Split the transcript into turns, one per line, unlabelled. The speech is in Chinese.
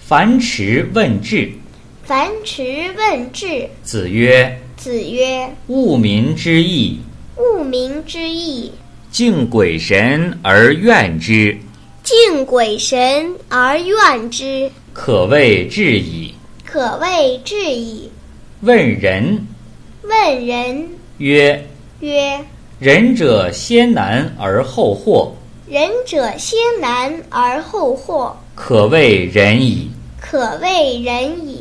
樊迟问智。
樊迟问智，
子曰
子曰：“
物民之义，：“
物民之义，
敬鬼神而怨之，
敬鬼神而怨之，
可谓智矣。
可谓智矣。”
问仁”
问仁
曰
曰：“
仁者先难而后获，：“
仁者先难而后获，
可谓仁矣。”
可谓仁矣。”